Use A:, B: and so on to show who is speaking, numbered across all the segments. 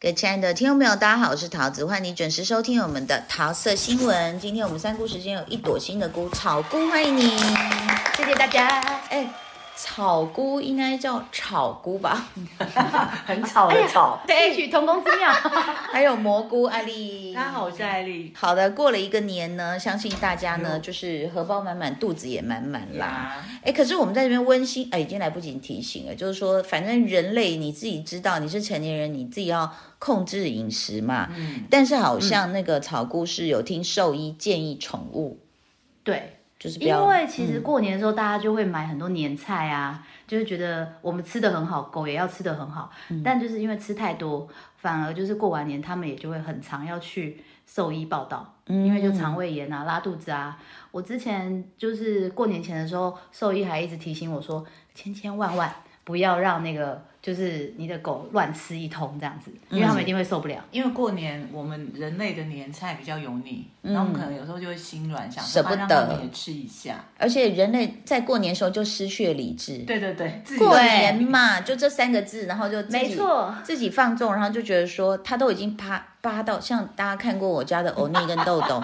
A: 各位亲爱的听众朋友，大家好，我是桃子，欢迎你准时收听我们的桃色新闻。今天我们三姑时间有一朵新的菇，草菇，欢迎你，谢谢大家。哎，草菇应该叫草菇吧？
B: 很吵的吵。
A: 对
C: 异曲同工之妙。
A: 还有蘑菇，艾
C: 哎
A: 丽，
B: 大家好，我是艾丽。
A: 好的，过了一个年呢，相信大家呢就是荷包满满，肚子也满满啦。哎，可是我们在这边温馨，哎，已经来不及提醒了，就是说，反正人类你自己知道，你是成年人，你自己要控制饮食嘛。嗯。但是好像那个草菇是有听兽医建议宠物，
C: 对，
A: 就是不要嗯
C: 因为其
B: 嗯
C: 实过年的时候，大家就会买很多年菜啊，就是觉得我们吃的很好，狗也要吃的很好，
B: 嗯
C: 但就是因为吃太多，反而就是过完年，他们也就会很常要去兽医报道，
B: 嗯
C: 因为就肠胃炎啊、拉肚子啊。我之前就是过年前的时候，兽医还一直提醒我说，千千万万不要让那个就是你的狗乱吃一通这样子，因为
B: 嗯
C: 他们一定会受不了。
B: 因 为过年我们人类的年菜比较油腻，然后我们可能有时候就会心软，想
A: 嗯舍
B: 说
A: 不
B: 啊让
A: 得
B: 他们也吃一下。
A: 而且人类在过年的时候就失去了理智。
B: 对对对，自己
A: 过
B: 都
A: 年嘛，就这三个字，然后就自己
C: 没错
A: 自己放纵，然后就觉得说他都已经扒扒到，像大家看过我家的欧尼跟豆 豆，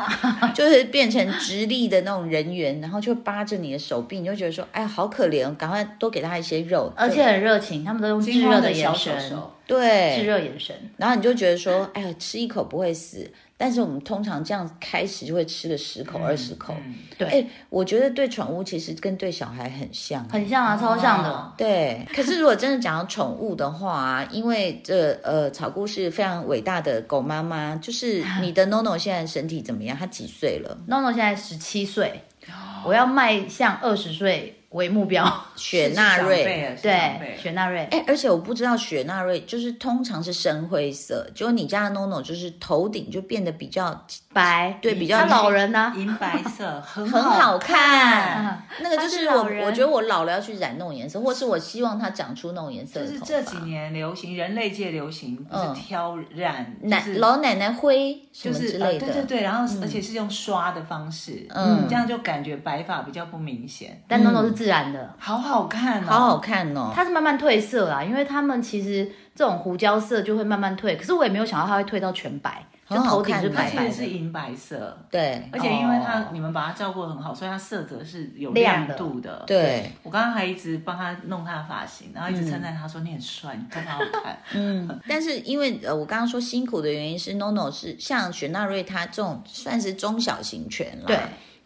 A: 就是变成直立的那种人猿，然后就扒着你的手臂，你就觉得说，哎呀，好可怜，赶快多给他一些肉，
C: 而且很热情，他们都用炙
B: 惊慌
C: 热
B: 的小
C: 眼
B: 手
C: 神，
B: 手。
C: 炙
A: 对，
C: 热眼神。
A: 然后你就觉得说，哎呀，吃一口不会死，但是我们通常这样开始就会吃个十口、二十、口。
B: 嗯
C: 对
A: 哎，我觉得对宠物其实跟对小孩很像，欸
C: 很像啊，超像的。
B: 哦
A: 对，可是如果真的讲到宠物的话、啊，因为这呃，草菇是非常伟大的狗妈妈。就是
B: 啊
A: 你的 NONO 现在身体怎么样？她几岁了？
C: NONO 现在十七岁，
B: 哦
C: 我要迈向二十岁为目标。
A: 雪
B: 是
A: 纳
B: 长辈
A: 瑞。
B: 啊是长辈
C: 对，雪纳瑞，
A: 哎，而且我不知道雪纳瑞就是通常是深灰色，结果你家的 NONO 就是头顶就变得比较
B: 哦
C: 白，
A: 对比较
C: 他老人啊呢、
B: 银 白色，很
A: 很好
B: 好。
A: 看。
C: 啊，
A: 那个就
C: 她是
A: 是我
C: 老，人
A: 我觉得我老了要去染那种颜色，或是我希望它长出那种颜色
B: 就
A: 的头
B: 是
A: 发。
B: 这几年流行，人类界流行，不是挑染，就
A: 嗯奶
B: 是
A: 老奶奶灰什
B: 就
A: 么
B: 是
A: 之
B: 呃
A: 类的，
B: 对对对，然后而且是用刷的方式，
A: 嗯
B: 这样就感觉白发比较不明显，
C: 但 NONO 是自然的，
B: 好好看哦，
A: 好好看哦。
C: 它是慢慢褪色啦，因为他们其实这种胡椒色就会慢慢褪，可是我也没有想到它会褪到全白，就
A: 很好
C: 头顶是
A: 看
C: 白
B: 它
C: 白
B: 其实是
C: 的。
B: 银白色，
A: 对，
B: 而且因为它、
C: 哦
B: 你们把它照顾得很好，所以它色泽是有
C: 亮的
B: 亮度的。
A: 对，嗯
B: 我刚刚还一直帮他弄他的发型，然后一直称赞他说：“你很帅，你头发好 看。
A: 但是因为呃，我刚刚说辛苦的原因是，NONO 是像雪纳瑞它这种算是中小型犬了，
C: 对，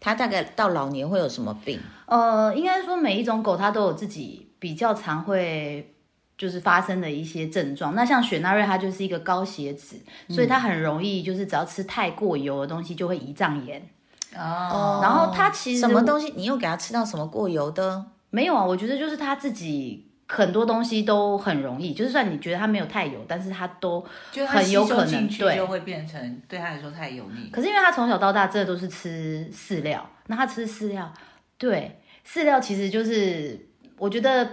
A: 它大概到老年会有什么病？
C: 呃，应该说每一种狗它都有自己比较常会就是发生的一些症状。那像雪纳瑞它就是一个高血脂，所以它很容易就是只要吃太过油的东西就会胰脏炎。”
B: 哦
C: 然后它其实
A: 什么东西，你又给它吃到什么过油的？
C: 没有啊，我觉得就是他自己很多东西都很容易，就是算你觉得他没有太油，但是他都，
B: 就它
C: 很有
B: 吸收
C: 可能
B: 进去
C: 对
B: 就会变成对他来说太油腻。
C: 可是因为他从小到大这都是吃饲料，那他吃饲料，对，饲料其实就是我觉得。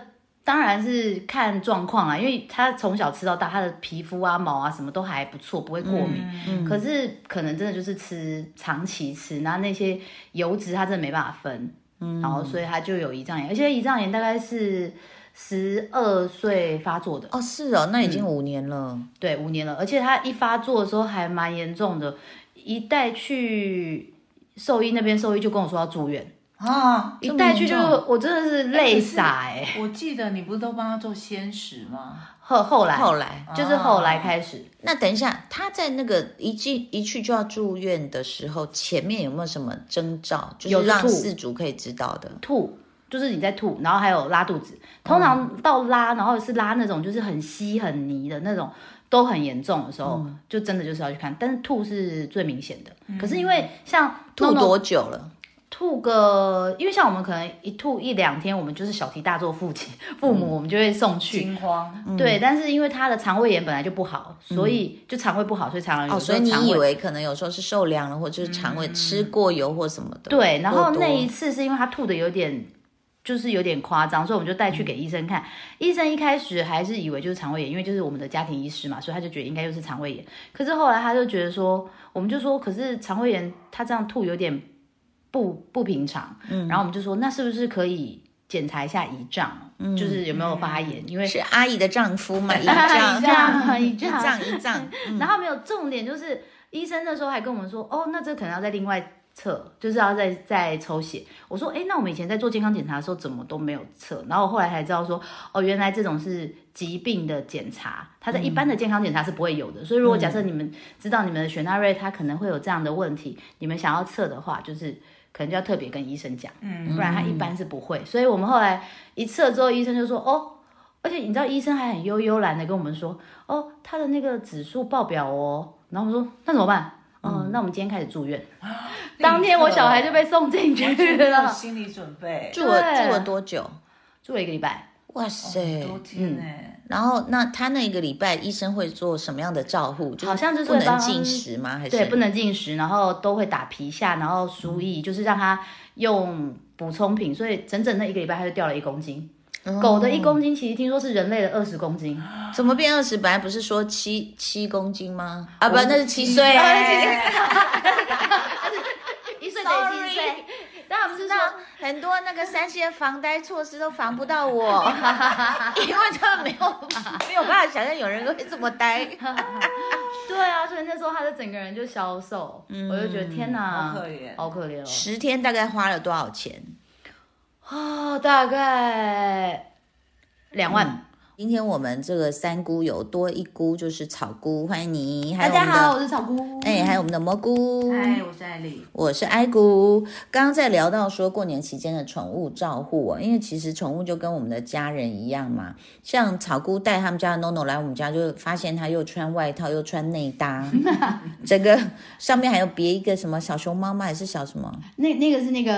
C: 当然是看状况啊啦，因为他从小吃到大，他的皮肤啊、毛啊什么都还不错，不会过敏。可是可能真的就是吃长期吃，然后那些油脂它真的没办法分，然后所以它就有胰脏炎，而且胰脏炎大概是十二岁发作的，
A: 哦，是哦，那已经五年了，
C: 嗯对，五年了，而且它一发作的时候还蛮严重的，一带去兽医那边，兽医就跟我说要住院，
B: 啊！
C: 一带去就
B: 这么严重
C: 我真的是累傻哎、
A: 欸
B: 我记得你不是都帮他做鲜食吗？
C: 后后来
A: 后来。
C: 就是后来开始，
A: 那等一下，它在那个一进一去就要住院的时候，前面有没有什么征兆，就
C: 有
A: 是
C: 就
A: 让
C: 吐
A: 饲主可以知道的？
C: 吐，就是你在吐，然后还有拉肚子，通常到拉，然后是拉那种就是很稀很泥的那种，都很严重的时候，就真的就是要去看。但是吐是最明显的，可是因为像
A: 吐
C: Nono
A: 多久了？
C: 吐个，因为像我们可能一吐一两天，我们就是小题大做父亲父
A: 嗯
C: 母，我们就会送去。
B: 惊慌，
C: 对，但是因为他的肠胃炎本来就不好，所以就肠胃不好，所以常常有
A: 哦，
C: 时
A: 所
C: 候
A: 以你
C: 肠
A: 以
C: 胃嗯
A: 为可能有时候是受凉了，或者是肠胃吃过油或什么的。
C: 对，然后
A: 过多
C: 那一次是因为他吐的有点，就是有点夸张，所以我们就带去给
A: 嗯
C: 医生看。医生一开始还是以为就是肠胃炎，因为就是我们的家庭医师嘛，所以他就觉得应该又是肠胃炎。可是后来他就觉得说，我们就说，可是
A: 嗯
C: 肠胃炎他这样吐有点不不平常，然后我们就说，那是不是可以检查一下胰脏，就是有没有发炎，因为
A: 嗯是阿姨的丈夫 嘛，姨
C: 啊
A: 丈，嗯
C: 姨丈姨
A: 姨
C: 丈
A: 丈，姨丈，嗯
C: 然后没有重点，就是医生那时候还跟我们说，哦，那这可能要再另外测，就是要再再抽血。我说，哎，那我们以前在做健康检查的时候怎么都没有测？然后我后来才知道说，哦，原来这种是疾病的检查，它在一般的健康检查是不会有的。所以如果假设你们知道你们的雪纳瑞它可能会有这样的问题，你们想要测的话，就是。可能就要特别跟医生讲，嗯，不然他一般是不会。所以我们后来一测之后，医生就说：“哦，而且你知道，医生还很悠悠然的跟我们说，哦，他的那个指数爆表哦。然后我们说，那怎么办？嗯，那我们今天开始住 院。当天我小孩就被送进
B: 完全
C: 去
B: 没有
C: 了，
B: 心理准备，
A: 住了
C: 对
A: 住了多久？
C: 住了一个礼拜。
A: 哇塞！
B: 多
C: 嗯
B: 天哎，
A: 然后那他那一个礼拜医生会做什么样的照护？就
C: 好像就是
A: 不
C: 会
A: 能
C: 帮
A: 进食吗？还是嗯
C: 对，不能进食，然后都会打皮下，然后输液，就是让他用补充品，所以整整那一个礼拜他就掉了一公斤。
A: 哦
C: 狗的一公斤其实听说是人类的二十 公斤，
A: 怎么变二十？本来不是说七七公斤吗？啊，不，那是七岁。
C: 一岁等于一
A: Sorry
C: 岁。 但他们
A: 就是
C: 知
A: 说
C: 道，
A: 很多那个山西的防呆措施都防不到我， 因为他们没有没有办法想象有人会这么呆。
C: 对啊，所以那时候他的整个人就消瘦，
A: 嗯
C: 我就觉得天哪，
B: 好可怜
C: 好可怜哦。
A: 十天大概花了多少钱？
C: 哦，大概两万。
A: 今天我们这个三菇有多一菇，就是草菇，欢迎你，还
C: 大
A: 有我
C: 家
A: 们
C: 好，
A: 的
C: 我是草菇。
A: 哎，还有我们的蘑菇，
B: 嗨，哎我是艾丽，
A: 我是艾姑，刚刚在聊到说过年期间的宠物照护哦，因为其实宠物就跟我们的家人一样嘛。像草姑带他们家的 NONO 来我们家，就发现他又穿外套又穿内 搭，整个上面还有别一个什么小熊猫吗？还是小什么？
C: 那那个是那个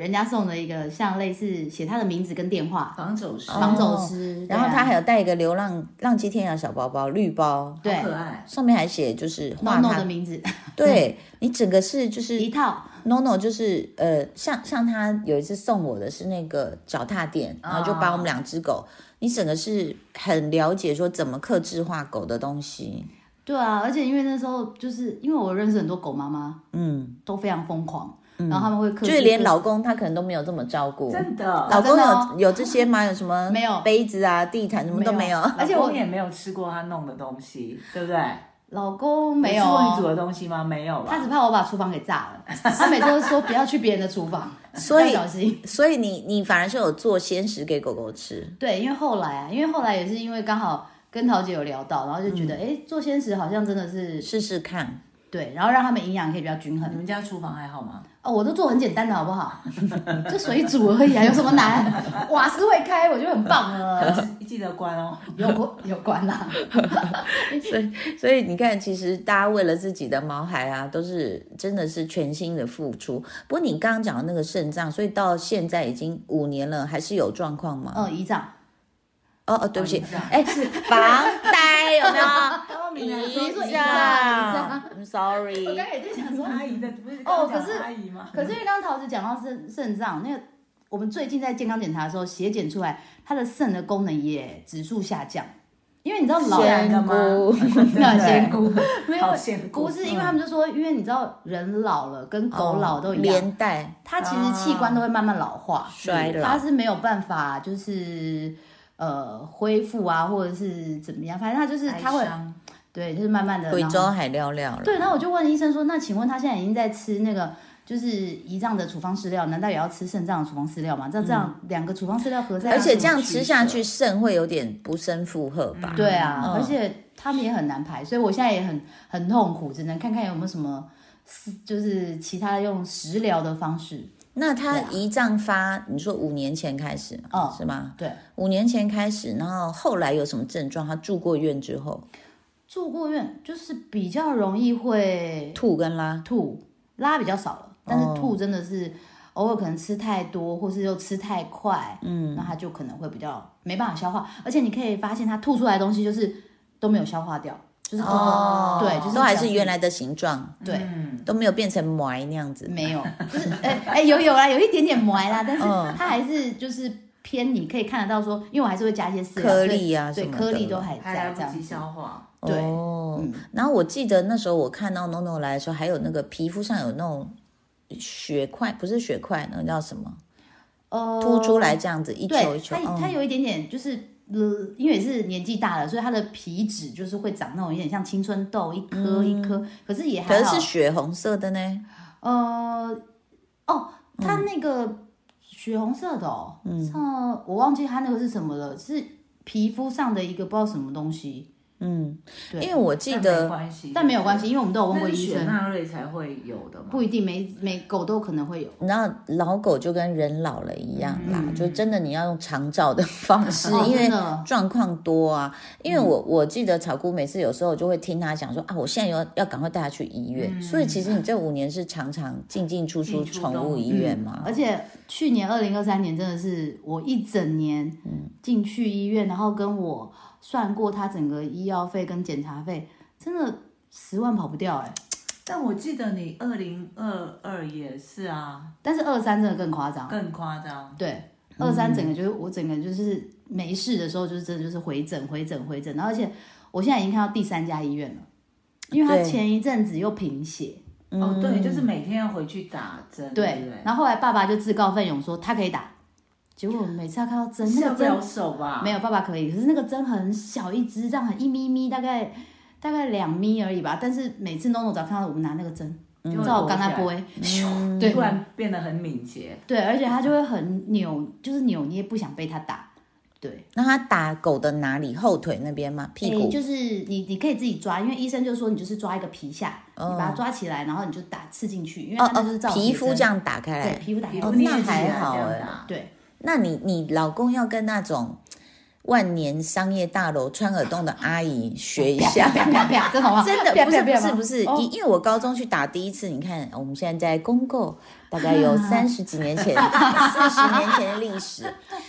C: 人家送的一个，像类似写他的名字跟电话，
B: 防走失，
C: 防
A: 走
C: 走失。
A: 哦然后
C: 对啊
A: 他还有带一个流浪浪迹天涯小包包绿包，
C: 对
B: 可爱，
A: 上面还写就是画
C: NONO
A: 他
C: 的。名字
A: 对你整个是就是
C: 一套，
A: NONO 就是呃，像像他有一次送我的是那个脚踏垫，然后就把我们两只狗，你整个是很了解说怎么克制化狗的东西，
C: 对啊，而且因为那时候就是因为我认识很多狗妈妈
A: 嗯，
C: 都非常疯狂，然后他们会克
A: 就
C: 制
A: 是连老公他可能都没有这么照顾，
B: 真的，
A: 老公
C: 真
A: 有、
C: 的哦
A: 有这些吗？有什么
C: 没有
A: 杯子啊、地毯什么都没有，
C: 而且
B: 老
C: 我
B: 公也没有吃过他弄的东西，对不对？
C: 老公没有
B: 吃过你煮
C: 哦，
B: 的东西吗？没有
C: 他
B: 吧？
C: 只怕我把厨房给炸了， 他每次都说不要去别人的厨房，
A: 所以
C: 要小心。
A: 所以你你反而是有做鲜食给狗狗吃，
C: 对，因为后来啊，因为后来也是因为刚好跟桃姐有聊到，然后就觉得，
A: 嗯
C: 哎、做鲜食好像真的是
A: 试试看。
C: 对，然后让他们营养可以比较均衡
B: 你。们家厨房还好吗？
C: 哦，我都做很简单的好不好？ 就水煮而已啊，有什么难？瓦斯会开，我就很棒了。
B: 记记得关哦。
C: 有关 有关啦、
A: 所以，所以你看，其实大家为了自己的毛孩啊，都是真的是全心的付出。不过你刚刚讲的那个肾脏，所以到现在已经五年了，还是有状况吗？
C: 嗯，姨丈，
A: 哦哦，对不起
B: 哦你知道，
A: 哎，是防呆有 没有？
B: 高明来
C: 你说
A: 姨
C: 姨
A: 丈
C: 丈
A: ，I'm sorry
C: 我。刚才也在想 说，
B: 阿姨的不是
C: 哦
B: 刚
C: 可
B: 刚
C: 是
B: 讲阿姨吗？
C: 可是因为刚刚桃子讲到肾肾脏，那个我们最近在健康检查的时候，血检出来，他的肾的功能也指数下降，因为你知道老人
A: 仙
B: 的
A: 姑
B: 吗，
C: 那仙 姑没有
B: 好嗯仙姑
C: 不是，因为他们就说，因为你知道人老了跟狗
B: 哦
C: 老都一样，
A: 连带
C: 它其实器官都会慢慢老
B: 啊
C: 化，
A: 衰老
C: 它是没有办法就是呃恢复啊，或者是怎么样，反正它就是它
B: 哀
C: 会
B: 伤
C: 对，就是慢慢的。
A: 贵
C: 然
A: 州
C: 后
A: 海料料了。
C: 对，然后我就问医生说，那请问他现在已经在吃那个就是胰脏的处方饲料，难道也要吃肾脏的处方饲料吗？这这样两个处方饲料合在，
A: 嗯而且这样吃下去，嗯肾会有点不胜负荷吧？
C: 对啊，而且他们也很难排，所以我现在也很很痛苦，只能看看有没有什么是就是其他用食疗的方式。
A: 那他
C: 啊
A: 胰脏发，你说五年前开始，
C: 哦
A: 是吗？
C: 对，
A: 五年前开始，然后后来有什么症状？他住过院之后，
C: 住过院就是比较容易会
A: 吐跟拉，
C: 吐，拉比较少
A: 哦
C: 了，但是吐真的是。偶尔可能吃太多，或是又吃太快，嗯，那他就可能会比较没办法消化，而且你可以发现他吐出来的东西就是都没有消化掉，就是都、
A: 哦，
C: 对，就是
A: 都还
C: 表
A: 是
C: 示
A: 原来的形状，
C: 对，
B: 嗯，
A: 都没有变成埋那样子。
C: 没有，就是哎哎、有有啦，有一点点 埋啦，但是
A: 嗯
C: 它还是就是偏你可以看得到说，因为我还是会加一些饲料
A: 颗粒啊
C: 所以
A: 什
C: 对
A: 么
C: 颗粒
A: 的
C: 都还
B: 还
C: 在
B: 来
C: 这
B: 不及
C: 样。
B: 消化，
C: 对嗯
A: 哦，然后我记得那时候我看到 NONO 来的时候，还有那个皮肤上有那种血块，不是血块，那个叫什么？
C: 哦，
A: 凸出来这样子一球一
C: 对，
A: 球嗯
C: 它，它有一点点就是，呃，因为也是年纪大了，所以它的皮脂就是会长那种有点像青春痘，一颗一颗，可是也
A: 嗯可
C: 还
A: 是
C: 好
A: 是。血红色的呢。
C: 呃，哦，它
A: 嗯
C: 那个血红色的哦，嗯，我忘记它那个是什么了，是皮肤上的一个不知道什么东西，
A: 嗯，
C: 对
A: 因为我记得
B: 关系，
C: 但没有关系，因为我们都有问过
B: 那是
C: 医
B: 血
C: 生，
B: 钠类才会有的嘛。
C: 不一定每每狗都可能会有。
A: 你知道老狗就跟人老了一样啦，就真的你要用长照的方式，
C: 嗯哦
A: 因为
C: 真的嗯
A: 状况多啊。因为我我记得草姑每次有时候我就会听她讲说啊，我现在要要赶快带她去医院。所以其
C: 嗯
A: 实你这五年是常常进进出出
B: 进出
A: 宠物
B: 动
A: 医
B: 物
A: 院嘛，
C: 而且去年二零二三年真的是我一整年
B: 嗯
C: 进去医院，然后跟我算过他整个医药费跟检查费，真的十万跑不掉哎、
B: 但我记得你二零二二也是啊，
C: 但是二三真的更夸张，
B: 更夸张。
C: 对，二三整个就是我整个就是没事的时候，就是真的就是回诊回诊回诊，然后而且我现在已经看到第三家医院了，因为他
A: 对
C: 前一阵子又贫血，
B: 哦，对，就是
A: 嗯
B: 每天要回去打针，对不
C: 嗯对，然后后来爸爸就自告奋勇说他可以打，结果我每次要看到针
B: 对？
C: 那
B: 下
C: 个
B: 不
C: 针
B: 了手吧？
C: 没有，爸爸可以，可是那个针很小一支，这样很一咪咪，大概大概两咪而已吧。但是每次 NONO 只要看到我们拿那个针，
B: 就会
C: 知道我刚才不
B: 躲起
C: 会，咻对
B: 来突然变得很敏捷。
C: 对，而且他就会很扭，就是扭，你也不想被他打。对，
A: 那他打狗的哪里？后腿那边吗？屁
C: 诶
A: 股？
C: 就是你你可以自己抓，因为医生就说你就是抓一个皮下，
A: 哦
C: 你把它抓起来，然后你就打刺进去，因为
A: 哦
C: 它那就是
A: 哦
C: 造，
A: 皮肤这样打开
C: 对
A: 来。
C: 皮肤打开
B: 皮肤
A: 哦
B: 逆
A: 那
B: 起
A: 还
B: 来
A: 好
B: 这样
A: 欸
B: 打
C: 对，
A: 那你你老公要跟那种万年商业大楼穿耳洞的阿姨学一下。
C: 哦啪啪啪，真的 吗？
A: 真的
C: 啪
A: 不是
C: 啪
A: 不
C: 啪
A: 是
C: 吗
A: 不是，
C: 哦
A: 因因为我高中去打第一次，你看我们现在在公购，大概有三十几年前、四十年前的历史。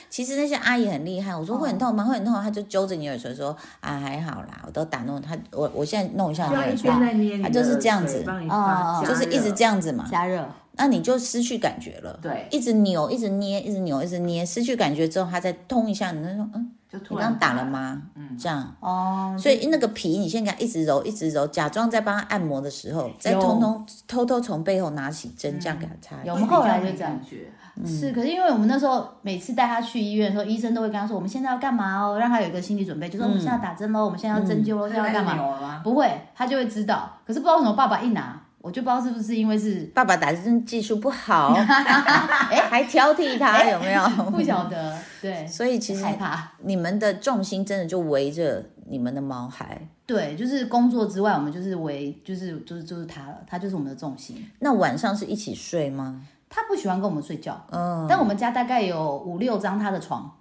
A: 其实那些阿姨很厉害，我说会很痛吗？会很痛，她就揪着你耳垂说啊还好啦，我都打弄她，我我现在弄一
C: 哎
A: 下你
B: 就
A: 耳
B: 一
A: 垂
B: 边，在捏你的
A: 它就是这样
B: 耳垂
A: 子
B: 帮你
C: 哦
B: 发
A: 就是一直这样子嘛，
C: 加热，
A: 那你就失去感觉了。
B: 对
A: 一直扭，一直捏，一直扭，一直捏，失去感觉之后，它再通一下，你就说嗯，
B: 就
A: 你
B: 突然
A: 刚打了？吗？
B: 嗯
A: 这样。
C: 哦，
A: 所以那个皮，你先给它一直揉，一直揉，假装在帮它按摩的时候，再
C: 有
A: 通通偷偷从背后拿起针，这样给它插
C: 有
A: 一下。
C: 我们后来就这样
B: 会比较没感觉，
A: 嗯
C: 是，可是因为我们那时候每次带他去医院的时候，医生都会跟他说，我们现在要干嘛哦，让他有一个心理准备，就说
A: 嗯
C: 我们现在要打针喽，我们现在要针灸喽，现在要干
B: 扭
C: 嘛？
B: 了吗？
C: 不会，他就会知道。可是不知道为什么爸爸一拿，我就不知道是不是因 为是
A: 爸爸打针技术不 好，哎还挑剔他有没
C: 不
A: 有？
C: 晓得，对，
A: 所以其实
C: 害怕。
A: 你们的重心真的就围着你们的毛孩。
C: 对，就是工作之外，我们就是为就是就是就是他了，他就是我们的重心。
A: 那晚上是一起睡吗？
C: 他不喜欢跟我们睡觉，
A: 嗯，
C: 但我们家大概有五六张他的床，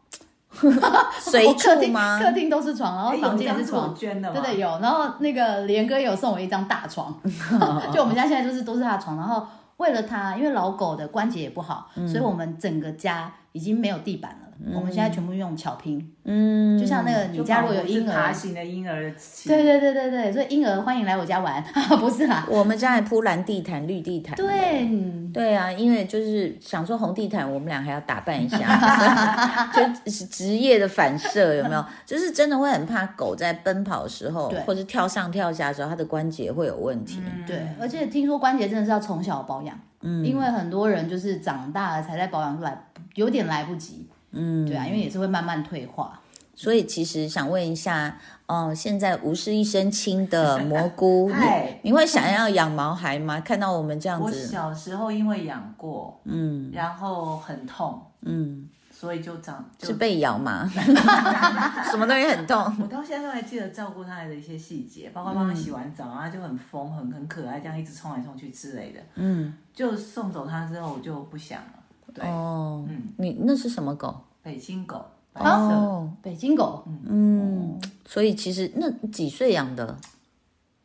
A: 随
C: 我客
A: 处
C: 厅
A: 吗？
C: 客厅都是床，然后
B: 哎
C: 房间也
B: 有张
C: 是床
B: 我。捐的吗？
C: 对对，有。然后那个连哥有送我一张大床， 就我们家现在就是都是他的床。然后为了他，因为老狗的关节也不好，所以我们整个家已经没有地板了，我们现在全部用巧拼。嗯，就像那个你
B: 就
C: 家如果有
B: 仿佛是
C: 婴
B: 爬
C: 儿，
B: 行的婴儿的起
C: 对对对对对，所以婴儿欢迎来我家玩， 不是啦，
A: 我们家还铺蓝地毯、绿地毯。
C: 对，嗯
A: 对啊，因为就是想说红地毯，我们俩还要打扮一 下，所以就是职业的反射有没有？就是真的会很怕狗在奔跑的时候
C: 对，
A: 或者跳上跳下的时候，它的关节会有问题。
B: 嗯
C: 对，而且听说关节真的是要从小保养，嗯，因为很多人就是长大了才在保养出来，有点来不及，嗯，对啊，因为也是会慢慢退化。
A: 所以其实想问一下，哦，现在无事一身轻的蘑 菇，
B: 嗨
A: 你你会想要养毛孩吗？看到我们这样
B: 我
A: 子，
B: 小时候因为养过，
A: 嗯
B: 然后很痛，
A: 嗯，
B: 所以就长就是
A: 被咬 吗？什么东西很痛？
B: 我到现在都还记得照顾它的一些细节，包括帮它
A: 嗯
B: 洗完澡啊，就很疯、很很可爱，这样一直冲来冲去之类的。
A: 嗯，
B: 就送走它之后，我就不想了。对，
A: 哦，
B: 嗯
A: 你那是什么狗？
B: 北京狗，白色的，
A: 哦，
C: 北京狗，
A: 嗯，所以其实那几岁养的？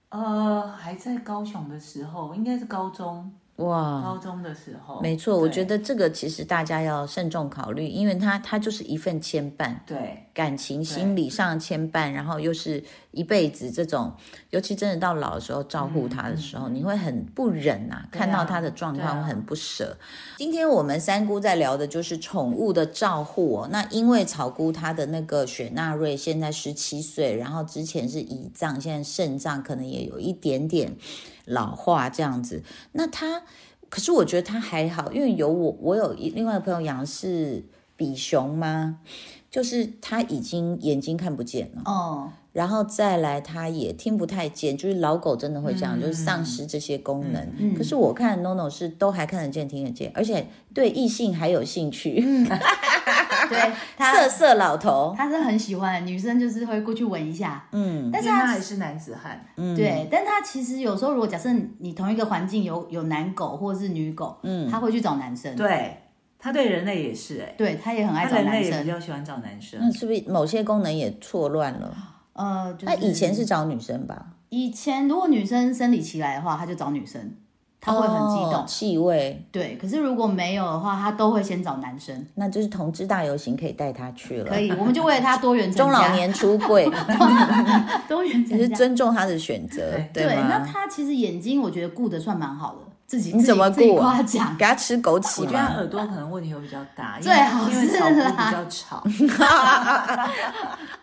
B: 呃，还在高雄的时候，应该是高中，
A: 哇，
B: 高中的时候，
A: 嗯没错，我觉
B: 得
A: 得这个其实大家要慎重考虑，因为它它就是一份牵绊，
B: 对，
A: 感情、心理上的牵绊，然后又是一辈子这种，尤其真的到老的时候照顾他的时候，你会很不忍呐、
B: 对啊
A: 看到他的状况、
B: 对啊
A: 很不舍。今天我们三姑在聊的就是宠物的照护哦。那因为草姑她的那个雪纳瑞现在十七岁，然后之前是胰脏，现在肾脏可能也有一点点老化这样子，那她。可是我觉得它还好，因为有我，我有一另外一个朋友养的是比熊吗？就是它已经眼睛看不见了，
C: 哦，
A: 然后再来它也听不太见，就是老狗真的会这样，就是丧失这些功能。
C: 嗯
A: 可是我看 NONO 是都还看得见、听得见，而且对异性还有兴趣，
C: 对，
A: 色
C: 嗯他
A: 色老头，
C: 他是很喜欢女生，就是会过去闻一下，
A: 嗯
C: 但是
B: 因为他
C: 他
B: 还是男子汉，
A: 嗯，
C: 对，但他其实有时候，如果假设你同一个环境有有男狗或者是女狗，
A: 嗯
C: 他会去找男生，
B: 对他对人类也是哎、
C: 对，他也很爱
B: 他
C: 找
B: 人
C: 男
B: 类也比
C: 生。
B: 较喜欢找男生，
A: 那是不是某些功能也错乱了？
C: 呃，就是
A: 那以前是找女生吧？
C: 以前，如果女生生理期来的话，他就找女生，他会很激动。
A: 哦气味，
C: 对，可是如果没有的话，他都会先找男生。
A: 那就是同志大游行可以带他去了。
C: 可以，我们就为了他多元成家
A: 中老年出 柜，
C: 多元成
A: 你是
C: 家。
A: 尊重他的选择，
C: 对，那
A: 吗？
C: 他其实眼睛我觉得顾得算蛮好的，自己
A: 你怎么
C: 自己自己
A: 顾啊
C: 夸奖？
A: 给他吃枸杞
B: 我觉得他
A: 嘛。
B: 耳朵可能问题会比较大，因
C: 最
B: 为
C: 好
B: 因为
C: 是
B: 草菇
C: 啦
B: 比较 吵，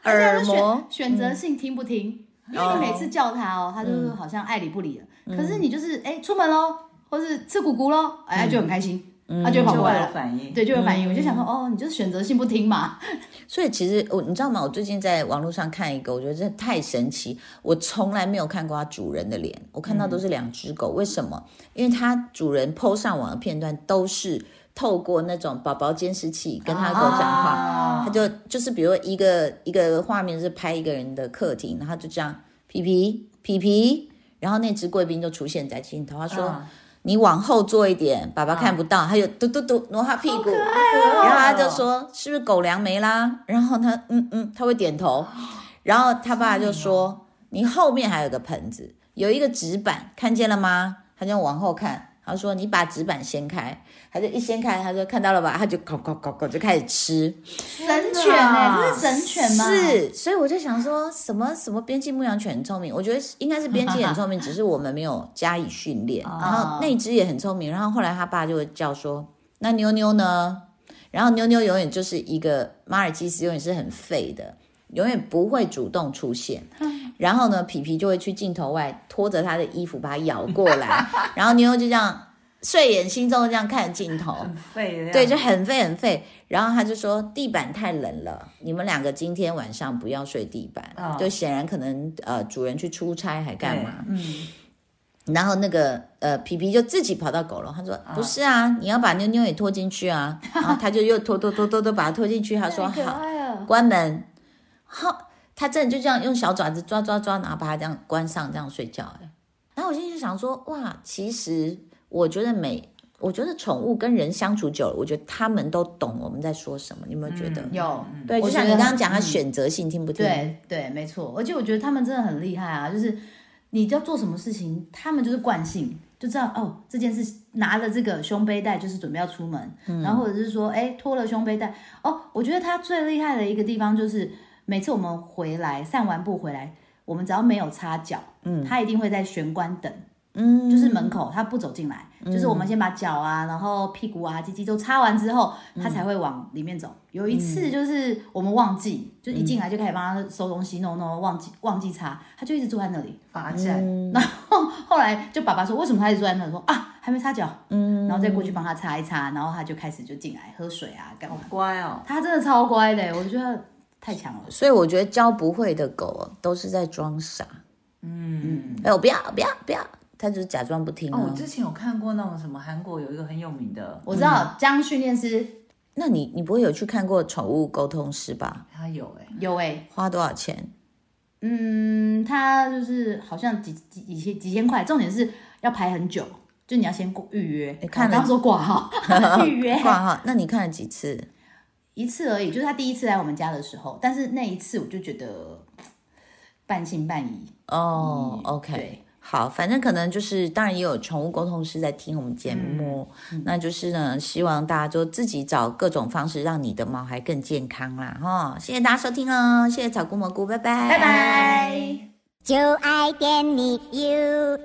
A: 耳膜
C: 选选择性听不听，因为
A: 哦
C: 你每次叫他哦，他就是好像爱理不理了。可是你就是哎出门喽，或是吃咕咕喽，哎他就很开心，他就会跑
B: 就
C: 过
B: 会
C: 来
B: 有
C: 了。
B: 反应。
C: 对，就有反应。我就想说，哦，你就是选择性不听嘛。
A: 所以其实我你知道吗？我最近在网络上看一个，我觉得真的太神奇，我从来没有看过它主人的脸，我看到都是两只狗。为什么？因为它主人 PO 上网的片段都是透过那种宝宝监视器跟它狗讲话。
C: 啊
A: 他就
B: 哦
A: 就是比如一个一个画面是拍一个人的客厅，然后就这样皮皮皮皮，然后那只贵宾就出现在镜头，他说。
B: 嗯
A: 你往后坐一点，爸爸看不到。还有嘟嘟嘟挪他屁股，
B: 哦
A: 然后他就说是不是狗粮没啦？然后他嗯嗯，他会点头。
B: 哦
A: 然后他爸就说你后面还有个盆子，有一个纸板，看见了吗？他就往后看，他说你把纸板掀开，他就一掀开，他说看到了吧？他就咕咕咕咕就开始吃。
C: 神
B: 的
C: 犬哎，
B: 啊
C: 这是神犬吗？，
A: 是，所以我就想说什么什么边境牧羊犬很聪明，我觉得应该是边境很聪明，只是我们没有加以训练。然后那只也很聪明，然后后来他爸就会叫说：“那妞妞呢？”然后妞妞永远就是一个马尔济斯，永远是很废的，永远不会主动出现。然后呢，皮皮就会去镜头外拖着他的衣服把它咬过来， 然后妞妞就这样睡眼惺忪地这样看着镜头，
B: 很废的，
A: 对，就很废很废。然后他就说地板太冷了，你们两个今天晚上不要睡地板。
B: 哦
A: 就显然可能呃主人去出差还干嘛？
B: 嗯，
A: 然后那个呃皮皮就自己跑到狗笼，他说、
B: 哦
A: 不是啊，你要把妞妞也拖进去 啊。然后他就又拖拖拖拖拖把它拖进去，他说
C: 太可
A: 好，
C: 爱了。
A: 关门。好，他真的就这样用小爪子抓抓抓，然后把它这样关上，这样睡觉、哎，然后我心里就想说，哇，其实我觉得每，我觉得宠物跟人相处久了，我觉得他们都懂我们在说什么。你有没有觉得？
B: 嗯
C: 有
B: 嗯
A: 对，就
C: 我觉
A: 像
C: 得
A: 你刚刚讲，
C: 很
A: 他
C: 嗯
A: 选择性听不听？，
C: 对对，没错。而且我觉得他们真的很厉害啊，就是你要做什么事情，他们就是惯性，就知道哦，这件事拿了这个胸背带就是准备要出门，然后或者是说，哎，脱了胸背带。哦，我觉得他最厉害的一个地方就是，每次我们回来散完步回来，我们只要没有擦脚，嗯，他一定会在玄关等。
A: 嗯，
C: 就是门口，他不走进来，就是我们先把脚啊，然后屁股啊、鸡鸡都擦完之后，他才会往里面走。有一次就是我们忘记，就一进来就开始帮他收东西，弄弄，忘记忘记擦，他就一直坐在那里。
B: 罚站，
C: 嗯后来就爸爸说，为什么他一直坐在那里？说啊，还没擦脚，嗯，然后再过去帮他擦一擦，然后他就开始就进来喝水啊，干嘛
B: 好？乖哦。
C: 他真的超乖的，我觉得太强了。
A: 所以我觉得教不会的狗哦都是在装傻。嗯，哎，我不要不要不要，他就是假装不听
B: 哦，
A: 哦
B: 我。之前有看过那种什么韩国有一个很有名的，
C: 嗯我知道江训练师
A: 那你你不会有去看过宠物沟通师吧？
B: 他有哎、
C: 有欸诶，
A: 花多少钱？
C: 嗯，他就是好像几几几千几千块，重点是要排很久，就你要先过预约。
A: 你看了
C: 我刚说挂号预约
A: 挂号？那你看了几次？
C: 一次而已，就是他第一次来我们家的时候，但是那一次我就觉得半信半疑。
A: 哦、
C: 嗯
A: o k
C: 对
A: 好，反正可能就是，当然也有宠物沟通师在听我们节目，
C: 嗯
A: 那就是呢，希望大家就自己找各种方式让你的毛孩更健康啦，哈、谢谢大家收听哦，谢谢草菇蘑菇，拜拜，
C: 拜拜。
D: 就爱点你 U。